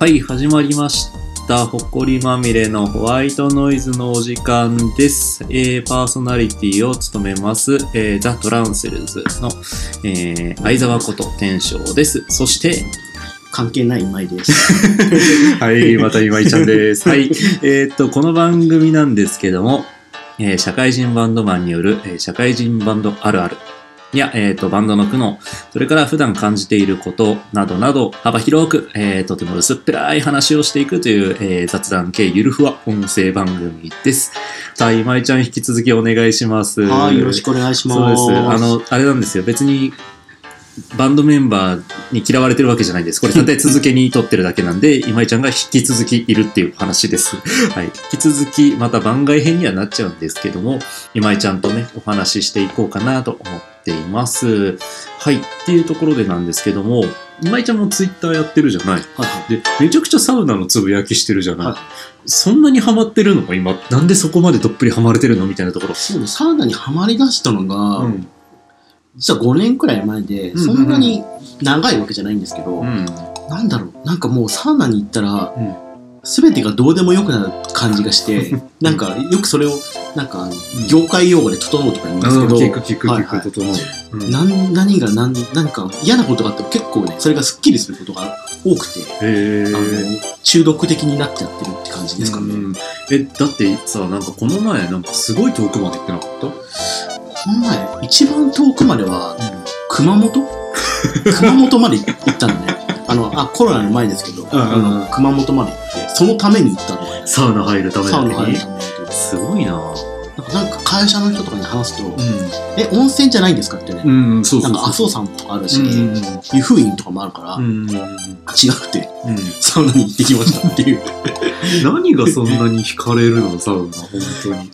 はい、始まりました。ほこりまみれのホワイトノイズのお時間です。えー、パーソナリティを務めます、えー、ザ・トランセルズの、えー、相沢こと天翔です。そして、関係ない舞です。 はい、また今井ちゃんです。 はい、えーっと、この番組なんですけども、えー社会人バンドマンによる、えー社会人バンドあるあるや、えーっと、バンドの苦悩、それから普段感じていることなどなど、幅広く、えーとても薄っぺらい話をしていくという、えー雑談系ゆるふわ音声番組です。さあ、今井ちゃん引き続きお願いします。はい、よろしくお願いします。そうです。あの、あれなんですよ。別に、バンドメンバーに嫌われてるわけじゃないです。これ、立て続けに撮ってるだけなんで、 今井ちゃんが引き続きいるっていう話です。はい。引き続き、また番外編にはなっちゃうんですけども、今井ちゃんとね、お話ししていこうかなと思っています。はい。っていうところでなんですけども、今井ちゃんもツイッターやってるじゃない。はいはいで、めちゃくちゃサウナのつぶやきしてるじゃない。はいそんなにハマってるの今、なんでそこまでどっぷりハマれてるのみたいなところ。そうね、サウナにはまりだしたのが、うん。実は5年くらい前で、うんうんうんそんなに長いわけじゃないんですけど、うん。なんだろう、なんかもうサウナに行ったら、うん全てがどうでもよくなる感じがして、なんかよくそれを、なんか業界用語で整うとか言うんですけど、聞く聞くはい聞はいくとともに。うんなん何が何、なんか嫌なことがあっても結構ね、それがスッキリすることが多くて、へあーの中毒的になっちゃってるって感じですかね。うんえ、だってさ、なんかこの前、なんかすごい遠くまで行ってなかったこの前、一番遠くまでは、熊 本熊本まで行ったのね。あの、あ、コロナの前ですけど、んうんうんあの熊本まで行って、そのために行ったのね。サウナ入るためサだウけナ入るにた。めに。すごいななんか会社の人とかに話すと、え、温泉じゃないんですかってね。ん。うん、そうなそんうか麻そう。生さんとかあるし、うん湯布院とかもあるから、うんうん違くて、うんサウナに行ってきましたっ ていう。い何がそんなに惹かれるのサウナ、本当に。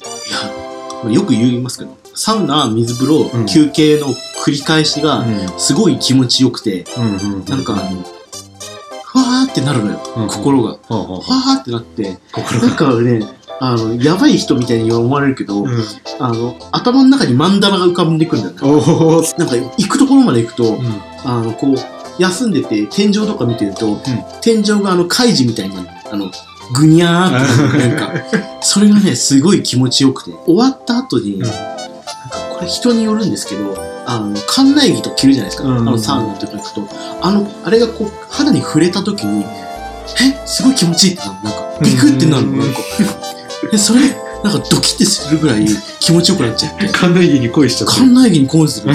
や、よく言いますけど、サウナ、水風呂、うん休憩の繰り返しが、すごい気持ちよくて、うんうんうんなんかあの、ふわーってなるのよ、うん心が。はあはふわーってなって、あ心なんかね、あの、やばい人みたいに思われるけど、うんあの、頭の中に曼荼羅が浮かんでくるんだよね。おーなんか、行くところまで行くと、うんあの、こう、休んでて、天井とか見てると、天井があの、カイジみたいになるあの、ぐにゃーってなる、なん か、それがね、すごい気持ちよくて、終わった後に、んなんか、これ人によるんですけど、あの、館内着とか着るじゃないですか、うんうんあの、サウナの時に行くと、あの、あれがこう、肌に触れた時に、え、すごい気持ちいいってなる、なんか、ビクってなるの、うんなんか、え、それ、なんかドキってするぐらい気持ちよくなっちゃって。館内着に恋しちゃった。館内着に恋 する。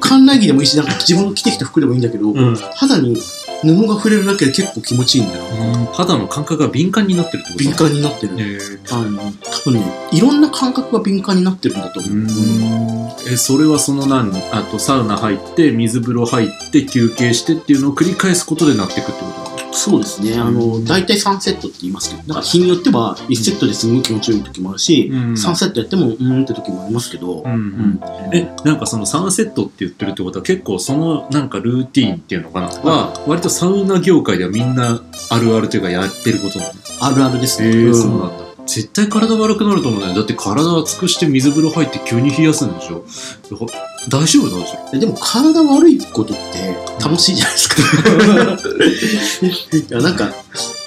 館内着でもいいし、なんか自分の着てきた服でもいいんだけど、うん肌に布が触れるだけで結構気持ちいいんだよ。肌の感覚が敏感になってるってこと敏感になってる。へーあの、多分ね、いろんな感覚が敏感になってるんだと思う。えそれはその何あとサウナ入って水風呂入って休憩してっていうのを繰り返すことでなっていくってことそうですね。あの、大体3セットって言いますけど、なんか日によっては1セットですごい気持ちよい時もあるし、なの、 3セットやってもうーんって時もありますけど、うんうん、えなんかそのサンセットって言ってるってことは結構そのなんかルーティーンっていうのかなは割とサウナ業界ではみんなあるあるというかやってることなのあるあるですね。んそうなんだ絶対体悪くなると思うねだって体尽くして水風呂入って急に冷やすんでしょだから大丈夫なんでしょえでも体悪いことって楽しいじゃないです か。いやなんか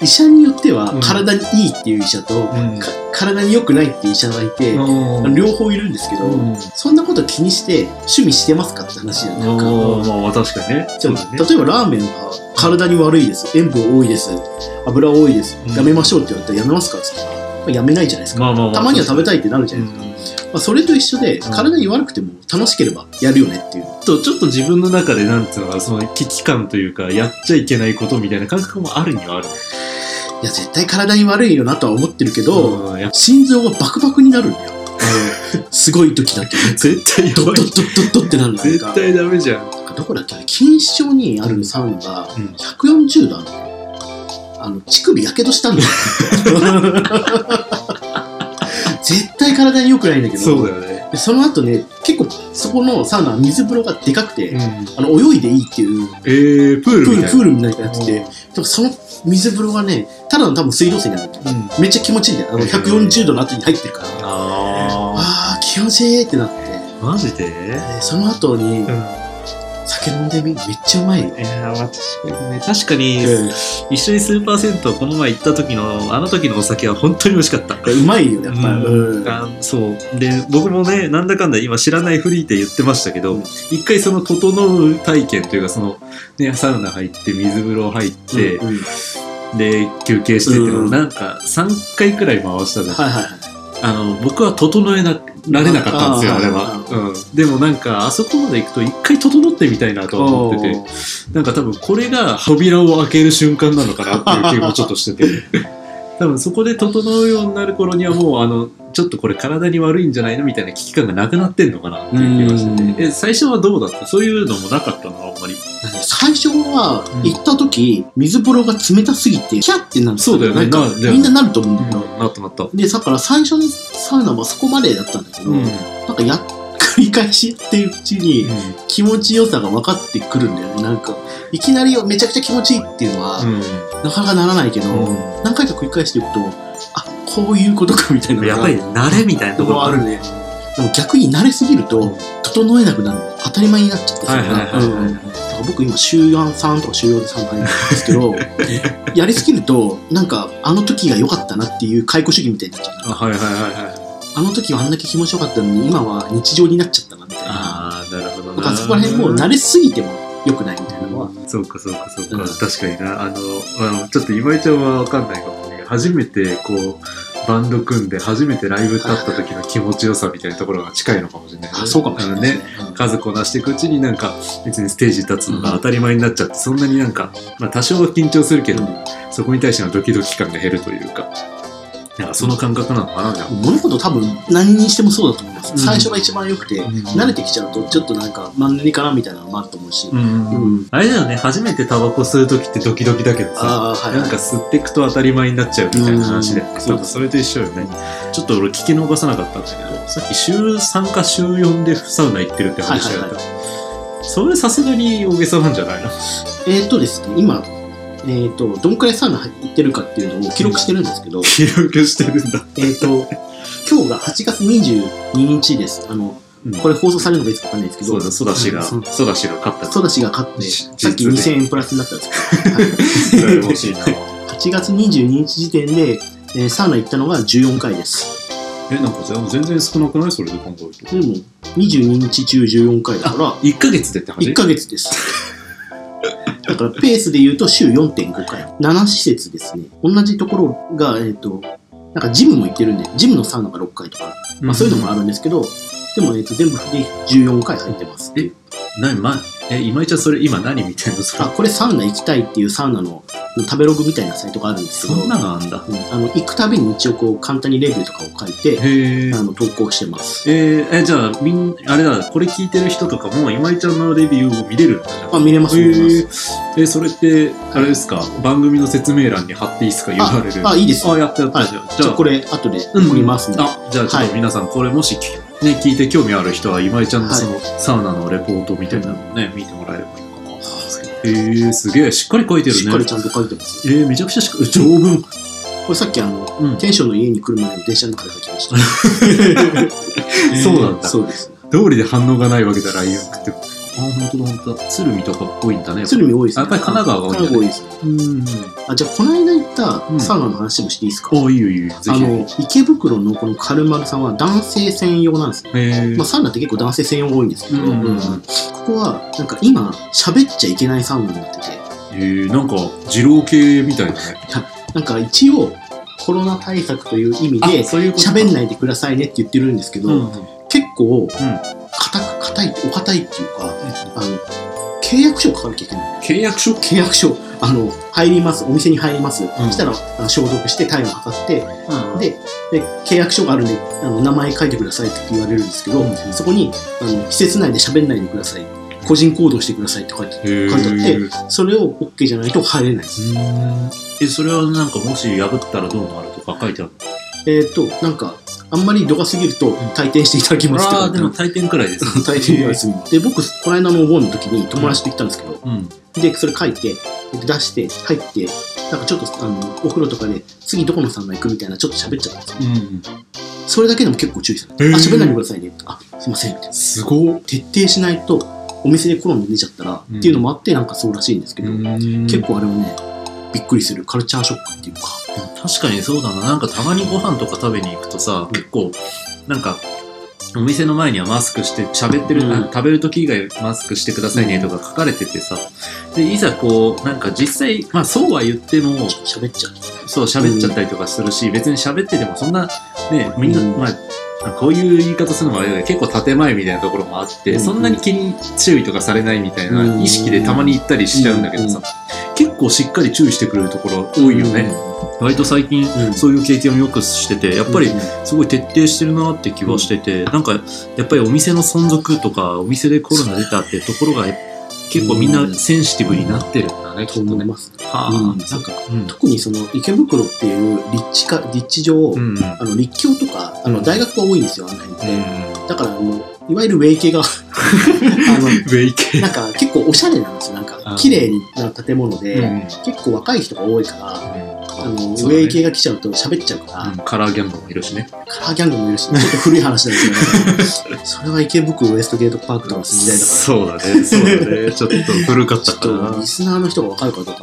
医者によってはうん体にいいっていう医者と、んか体に良くないっていう医者がいて、両方いるんですけど、うんそんなこと気にして趣味してますかって話じゃないか。まあまあ確かにねじゃだあ例えばラーメンが体に悪いです塩分多いです油多いですうんやめましょうって言われたらやめますかって言ったら、まあやめないじゃないですか。まあまあまあたまには食べたいってなるじゃうないですか。んまあ、それと一緒でうん体に悪くても楽しければやるよねっていう。とちょっと自分の中でなんていうのかなその危機感というかやっちゃいけないことみたいな感覚もあるにはあるいや、絶対体に悪いよなとは思ってるけど、うんやっ心臓がバクバクになるんだよ。すごい時 だけ。ぱ絶対やドッドばッいドッドッドってなるんだ絶対ダメじゃんどこだっけ錦糸町にあるサウナがうん140度あるのよあの、乳首やけどし たんだよ。絶対体に良くないんだけど。そうだよねでその後ね、結構そこのサウナは水風呂がでかくて、うんあの泳いでいいっていうえー、プープルみールたいプな。ールみたいになってて、でもその水風呂がね、ただの多分水道水じゃなくて、うんめっちゃ気持ちいいんだよ。あのへー140度の後に入ってるから、あああー、気持ちいいってなって、ー、マジででその後にうん。酒飲んでみ、めっちゃうまいよ。いやー、確かにね。確かに、うん一緒にスーパー銭湯この前行った時の、あの時のお酒は本当に美味しかった。うまいよ、やっぱ。ううんん、あそうで僕もねなんだかんだ今知らないふりで言ってましたけど一回その整う体験というかその、ね、サウナ入って水風呂入って、うんうんで休憩してってのをうんなんか3回くらい回したじゃんはいはいはい。あの僕は整えなられなかったんですよああーれは、うん、でもなんかあそこまで行くと一回整ってみたいなとは思ってておーなんか多分これが扉を開ける瞬間なのかなっていう気もちょっとしてて多分そこで整うようになる頃にはもうあのちょっとこれ体に悪いんじゃないのみたいな危機感がなくなってんのかなっていう気がしてうんてえ最初はどうだったそういうのもなかったのあんまり最初はうん行った時、水風呂が冷たすぎてキャッてなるそうだよねなんかなだよねみんななると思うんだけど、なったなったでだから最初のサウナはそこまでだったんだけど、うんなんかや繰り返しやっていううちに気持ちよさが分かってくるんだよねなんかいきなりめちゃくちゃ気持ちいいっていうのは、なかなかならないけど、う何回か繰り返していくとあこういうことかみたいんなのがやっぱり慣れみたいなととこころろあるねでも逆に慣れすぎると整えなくなるの当たり前になっちゃってはいはいはいはいうんだから僕今週3とか週4で3回なんですけど やりすぎるとなんかあの時が良かったなっていう解雇主義みたいになっちゃうあはいはいはいはいあの時はあんだけ気持ちよかったのに今は日常になっちゃったなみたいなああなるほどだからそこら辺もう慣れすぎても良くないみたいなのはそうかそうかそうか、うん確かになあのあのちょっと今井ちゃんは分かんないかもしれないけど初めてこうバンド組んで初めてライブ立った時の気持ちよさみたいなところが近いのかもしれない、あそうかもしれないあのね数こなしていくうちになんか別にステージ立つのが当たり前になっちゃってそんなになんか、まあ、多少は緊張するけうど、んそこに対してのドキドキ感が減るというかなんかその感覚なのかなじゃあ物事多分何にしてもそうだと思います、うん最初が一番良くて、うん慣れてきちゃうとちょっとなんかマンネリかなみたいなのもあると思うし、うんあれだよね初めてタバコ吸う時ってドキドキだけどさああはい、なんか吸っていくと当たり前になっちゃうみたいな話で、うん多分それと一緒よね。ちょっと俺聞き逃さなかったんだけど、さっき週3か週4でサウナ行ってるって話があった。それさすがに大げさなんじゃないの えーっとですね、今、えーっと、どんくらいサウナ行ってるかっていうのを記録してるんですけど、記録してるんだ。えーっと、今日が8月22日です。あの、これ放送されるのがいつかわかんないですけそどう、だ、ソダシが、そうソダシが勝った。ソダシが勝って、実さっき実2000円プラスになったんで すけど、羨ま しいな。はい8月22日時点で、えーサウナ行ったのが14回です。え、なんかじゃあ全然少なくないそれで考えると。でも、22日中14回だから、 1ヶ月でって話1ヶ 月です。だからペースで言うと週4.5回。7施設ですね。同じところが、えっ、と、なんかジムも行ってるんで、ジムのサウナが6回とか、まあそういうのもある。るんですけど、でも、えっ、と、全部で14回入ってます。え何、ま、え、今井ちゃんそれ今何見てんのそれあ、。これサウナ行きたいっていうサウナの食べログみたいなサイトがあるんですけそど、んなのあんだ。うんあの、行くたびに一応こう簡単にレビューとかを書いて、へえあ。の、投稿してます。えーえじゃあ、みん、あれだ、これ聞いてる人とかも、今井ちゃんのレビューを見れるんだあ、見れます、見れます。えーえそれって、あれですか、番組の説明欄に貼っていいですか、URL。ああいいですよあ、やったやった。はいじゃあ、じゃあこれ後で送りますね。あ、じゃあ、ちょっと皆さん、これもし、ね、聞いて興味ある人は、今井ちゃんのはいその、サウナのレポートみたいなのをね、見てもらえればいいかなと思うんですけど。えー、すげえ、しっかり書いてるね。しっかりちゃんと書いてます。えー、めちゃくちゃしっかり、条文。これさっきあの、うん。テンションの家に来る前の電車の中で書きました。 そうなんだ。そうです。通りで反応がないわけじゃないよくて。あ、本当だ、本当だ。鶴見とかっぽいんだね。鶴見多いですね。やっぱり神奈川が多いんだね神奈川多いですね。うん。あ、じゃあこの間行っうんたサウナの話もしていいですか、おいいよいいよ、ぜあひ。の、池袋のこのカルマルさんは男性専用なんですね。えーまあ、サウナって結構男性専用が多いんですけど、うんうんうんここはなんか今喋っちゃいけないサウナになってて、えー、なんか、二郎系みたいなね。なんか一応コロナ対策という意味でそういう喋んい。ないでくださいねって言ってるんですけど、うん。結構硬く硬いお堅いっていうか、あの契約書を書かなきゃいけない。契約書契約書あの入りますお店に入ります、そしたらあの消毒して体温測ってうんでで契約書があるんであの名前書いてくださいって言われるんですけど、うんそこにあの施設内で喋んないでください個人行動してくださいって書いてへー書いてあってそれを OK じゃないと入れないです、うんえ、それはなんか、もし破ったらどうなるとか書いてあるえっ、となんかあんまり度が過ぎると退店していただきますとあかあ、でも退店くらいです。退店は済むで僕この間のお盆の時に友達と行ったんですけど、うん。でそれ書いて出して入ってなんかちょっとあのお風呂とかで次どこのサウナ行くみたいなちょっと喋っちゃったんですようん。それだけでも結構注意されて、へーあ喋んないでくださいねあすいませんみたいなすごっ。徹底しないとお店でコロナ出ちゃったら、うんっていうのもあってなんかそうらしいんですけど、結結構あれはねびっくりするカルチャーショックっていうか確かにそうだな。なんかたまにご飯とか食べに行くとさ、結構、なんか、お店の前にはマスクして、喋ってる、うんあ食べる時以外マスクしてくださいねとか書かれててさ、で、いざこう、なんか実際、まあそうは言っても、ちょ喋っちゃうそう喋っちゃったりとかするし、別に喋っててもそんな、ね、みんな、うんまあ、こういう言い方するのもあれだけど、結構建前みたいなところもあって、うんそんなに気に注意とかされないみたいうんな意識でたまに行ったりしちゃうんだけどさ、結構しっかり注意してくれるところ多いよね。割と最近うんそういう経験をよくしててやっぱりすごい徹底してるなって気はしてて、なんかやっぱりお店の存続とかお店でコロナ出たってところが結構みんなセンシティブになってるんだね、きとっと思いね。ます、はあ、うんなんか、特にその池袋っていう立地か立地上、うん、うんあの立教とかあうのん大学が多いんですよあの辺っうんて、だからあのいわゆるウェイ 系があのウェイ系なんか結構おしゃれなんですよなんかあ綺麗な建物で、うん結構若い人が多いからあの、ウそうだねェイ系が来ちゃうと喋っちゃうから、うんカラーギャングもいるしね。カラーギャングもいるし、ちょっと古い話なんですけど、 それは池袋ウエストゲートパークとかの時代だから、そうだね、そうだね。ちょっと古かったちかょっとらリ。スナーの人が分かるかどうかは、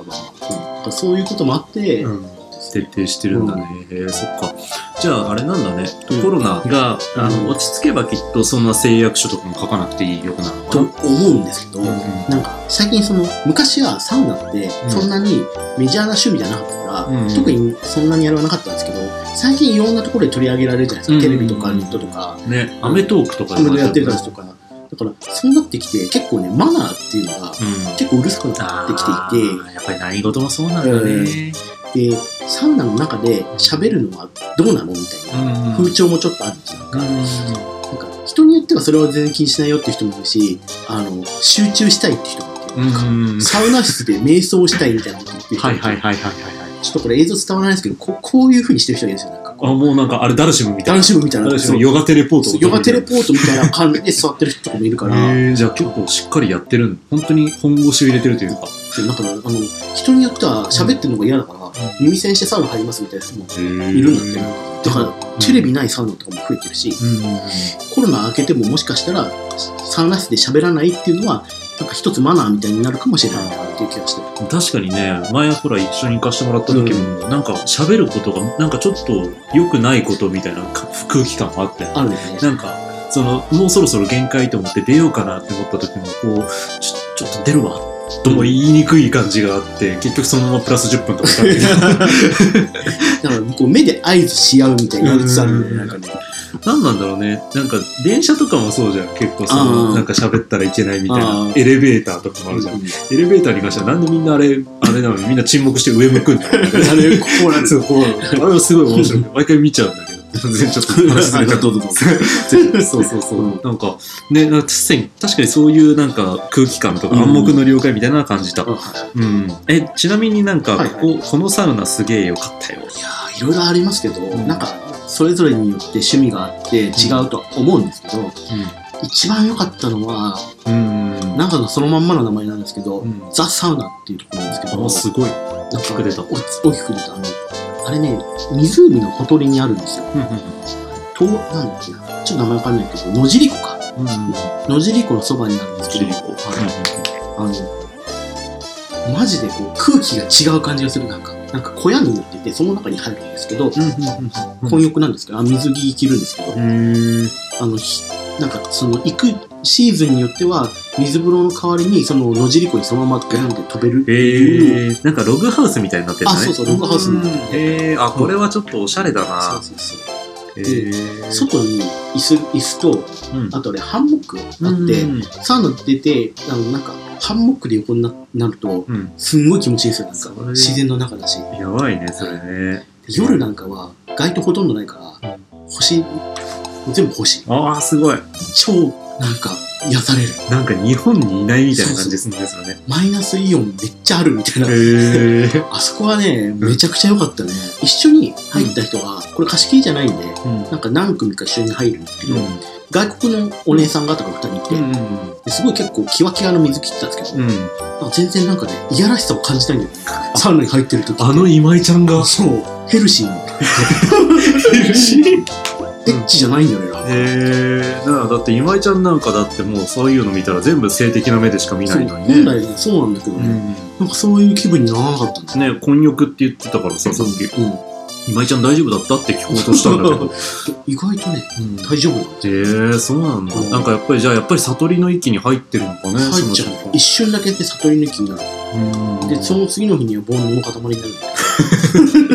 うんそういうこともあって、うん徹底してるんだね、えーそっかじゃああれなんだねコロナが、うんあの落ち着けばきっとそんな誓約書とかも書かなくていいよくなるのとかな思うんですけど、なんか最近その昔はサウナってうんそんなにメジャーな趣味じゃなかったから、うん特にそんなにやれはなかったんですけど最近いろんなところで取り上げられるじゃないですか、うんテレビとかネットとかねアメトークとかアメでやってるかやつとかだからそうなってきて結構ねマナーっていうのがうん結構うるさくなってきていてあーやっぱり何事もそうなんだね、で、サウナの中で喋るのはどうなのみたいなうん風潮もちょっとあるんですよ。なんかうなんか人によってはそれは全然気にしないよって人もいるし、あの、集中したいって人もいて、んなんかうんサウナ室で瞑想したいみたいなこと言ってる人はもいいてはいはいはいはいはいちょっとこれ映像伝わらないですけど、ここういう風にしてる人がいるんですよ。なんかあこう、もうなんかあれダルシムみたい男な子部みたいな。ダルシそムうヨガテレポートそうヨガテレポートみたいな感じで座ってる人とかもいるから、へーじゃあ結構しっかりやってるん本当に本腰を入れてるというかでなんかあの、人によっては喋ってるのが嫌だから、う耳栓してサウナ入りますみたいな人もいいるんだって。だだか、からテレビないサウナとかも増えてるし、コロナ明けてももしかしたらサウナ室で喋らないっていうのはなんか一つマナーみたいになるかもしれないなっていう気がしてる。確かにね前ほら一緒に行かしてもらった時も、なんか喋ることがなんかちょっと良くないことみたいなか空気感があってあるんです ね。なんかそのもうそろそろ限界と思って出ようかなって思った時もこうちょちょっと出るわとも言いにくい感じがあって結局そのままプラス10分とか 経ってだからこう目で合図し合うみたいになりつつあるんうで、んなんかね。何なんだろうねなんか電車とかもそうじゃん結構そあーのなんか喋ったらいけないみたいあなーエレベーターとかもあるじゃん、あエレベーターに関してはなんでみんなあれあれなのにみんな沈黙して上向くんだろうねれ、こうなんですそよ。う、こう、あれはすごい面白い。毎回見ちゃうんだけど。全然ちょっと話ずれちゃったどうぞどうぞそうそうそう。うん なんか、ね、なんか確かに、確かにそういうなんか空気感とかうん暗黙の了解みたいなのは感じた。うん。あえ、ちなみになんか、はいここ、このサウナすげえよかったよ。いやーいろいろありますけど、んなんかそれぞれによって趣味があって違うとは思うんですけど、一番良かったのは、うん。うん。なんかそのまんまの名前なんですけど、うんザ・サウナっていうところなんですけど、あ、すごい。大なんきかく出た。お大きく出た。あの、あれね、湖のほとりにあるんですよ。うんうん東、なんだっけな。ちょっと名前わかんないけど、野尻湖か。うん。うんうん。野尻湖のそばにあるんですけど、はいはあの、マジでこう空気が違う感じがする。なんか、なんか小屋になってて、その中に入るんですけど、い混浴なんですけど、あ水着着るんですけどう、ん。あの、ひなんかその行くシーズンによっては、水風呂の代わりに、その野尻湖にそのままガンって飛べるっていう。えー、なんかログハウスみたいになってるね。あそうそうログハウスみたいになってるえー、あ、これはちょっとおしゃれだそうな。そうそう。えー外に椅子、椅子と、うんあとあれ、ハンモックあって、うんサウナ出て、あの、なんか、ハンモックで横にななると、うん、すんごい気持ちいいんですよ、なんそかれ。自然の中だし。やばいね、それね。夜なんかは、街灯ほとんどないからうん、星、全部星。ああ、すごい。超なんか癒される。なんか日本にいないみたいな感じするんですよね。マイナスイオンめっちゃあるみたいな。へえ。あそこはね、めちゃくちゃ良かったね。一緒に入った人が、これ貸し切りじゃないんで、うん。なんか何組か一緒に入るんですけど、外国のお姉さん方が二人いて、ですごい結構キワキワの水切ってたんですけど、うん。うん。なんか全然なんかね、いやらしさを感じないんだよ。サウナに入ってる時ってあの今井ちゃんが。そう、ヘルシーな。ヘルシー。エッチじゃないんだよねな。へえ。だって今井ちゃんなんかだってもうそういうの見たら全部性的な目でしか見そなういのにね。本来ね、そうなんだけどうね、ん。なんかそういう気分にならなかったんですね。ね、混浴って言ってたからさ、さっき。うん、今井ちゃん大丈夫だったって聞こうとした んだけど。意外とね、うん大丈夫なんですへよ。え、そうなんだ。なんかやっぱりじゃあやっぱり悟りの域に入ってるのかね。入っちゃう。一瞬だけで悟り抜きになる。うん。で、その次の日には煩悩の塊にな る。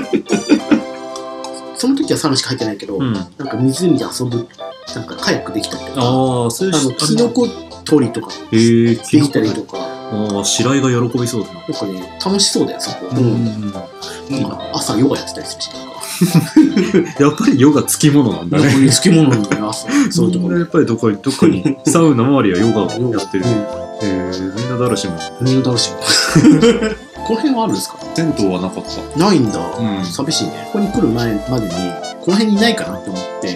その時はサウナしか入ってないけど、うん。あなんか湖で遊ぶ、なんかカヤックできたりとか、ああ、そういうの、キノコ取りとかへえ、できたりととか、ああ、白井が喜びそうだな。なんかね、楽しそうだよ、そこ。うん。なんか朝ヨガやってたりするし、なんかやっぱりヨガつきものなんだなんね。かね、つきものなんだよね、朝。そういうとこみ んなろ。やっぱりどこに、どこに、サウナ周りはヨガをやってるう。んえー、みんなだらしも。みんな楽しい。 この辺はあるんですか銭湯はなかった。ないんだ。うん。寂しいね。ここに来る前までに、この辺にいないかなと思って、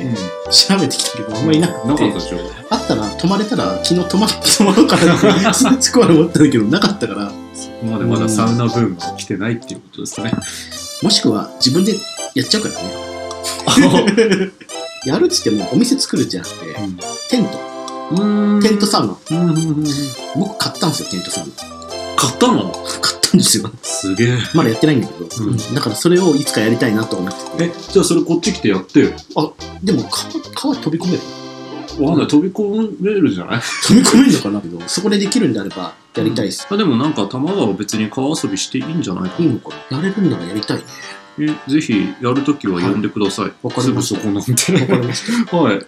調べてきたけど、あんまりいななくかってた、でしょ。あったら、泊まれたら、昨日泊ま泊まろうか なって、そんな近くまで思ったんだけど、なかったから、まだまだサウナブームが来てないっていうことですかね。もしくは自分でやっちゃうからね。 やるっつっても、お店作るんじゃなくて、テント。うん。テントサウナ。うんうんうんうん僕買ったんですよ、テントサウナ。買ったの買ったんですよ。すげえ。まだやってないんだけど、うんだからそれをいつかやりたいなと思ってえ、じゃあそれこっち来てやってよ。でも、川、川飛び込めるわかんない。飛び込めるじゃない飛び込めるのかなけど、そこでできるんであればやりたいです。あでもなんか玉川は別に川遊びしていいんじゃないかいいな。のかなやれるんならやりたいね。えぜひやるときは呼んでください。わかりましたすぐそこなんて。わかりました。はい。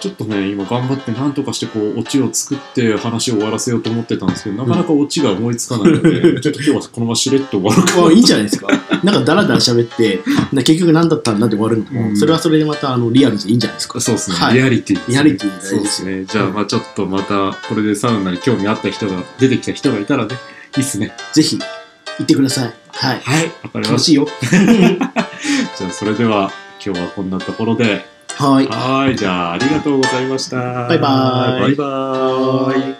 ちょっとね、今頑張って何とかしてこう、オチを作って話を終わらせようと思ってたんですけど、なかなかオチが思いつかないので、ちょっと今日はこのまましれっと終わろうか あいいんじゃないですか。なんかダラダラ喋って、な結局何だったんだって終わるのも、うんそれはそれでまたあのリアルでいいんじゃないですか。そうですね、はいリアリティですね。リアリティですそうねですね。じゃあ、まあちょっとまた、これでサウナに興味あった人が、出てきた人がいたらね、いいっすね。ぜひ、行ってください。はい。はい、わかりま楽し しいよ。た。じゃあ、それでは、今日はこんなところで、はい。はい、じゃあ、ありがとうございました。バイバーイバイバーイ。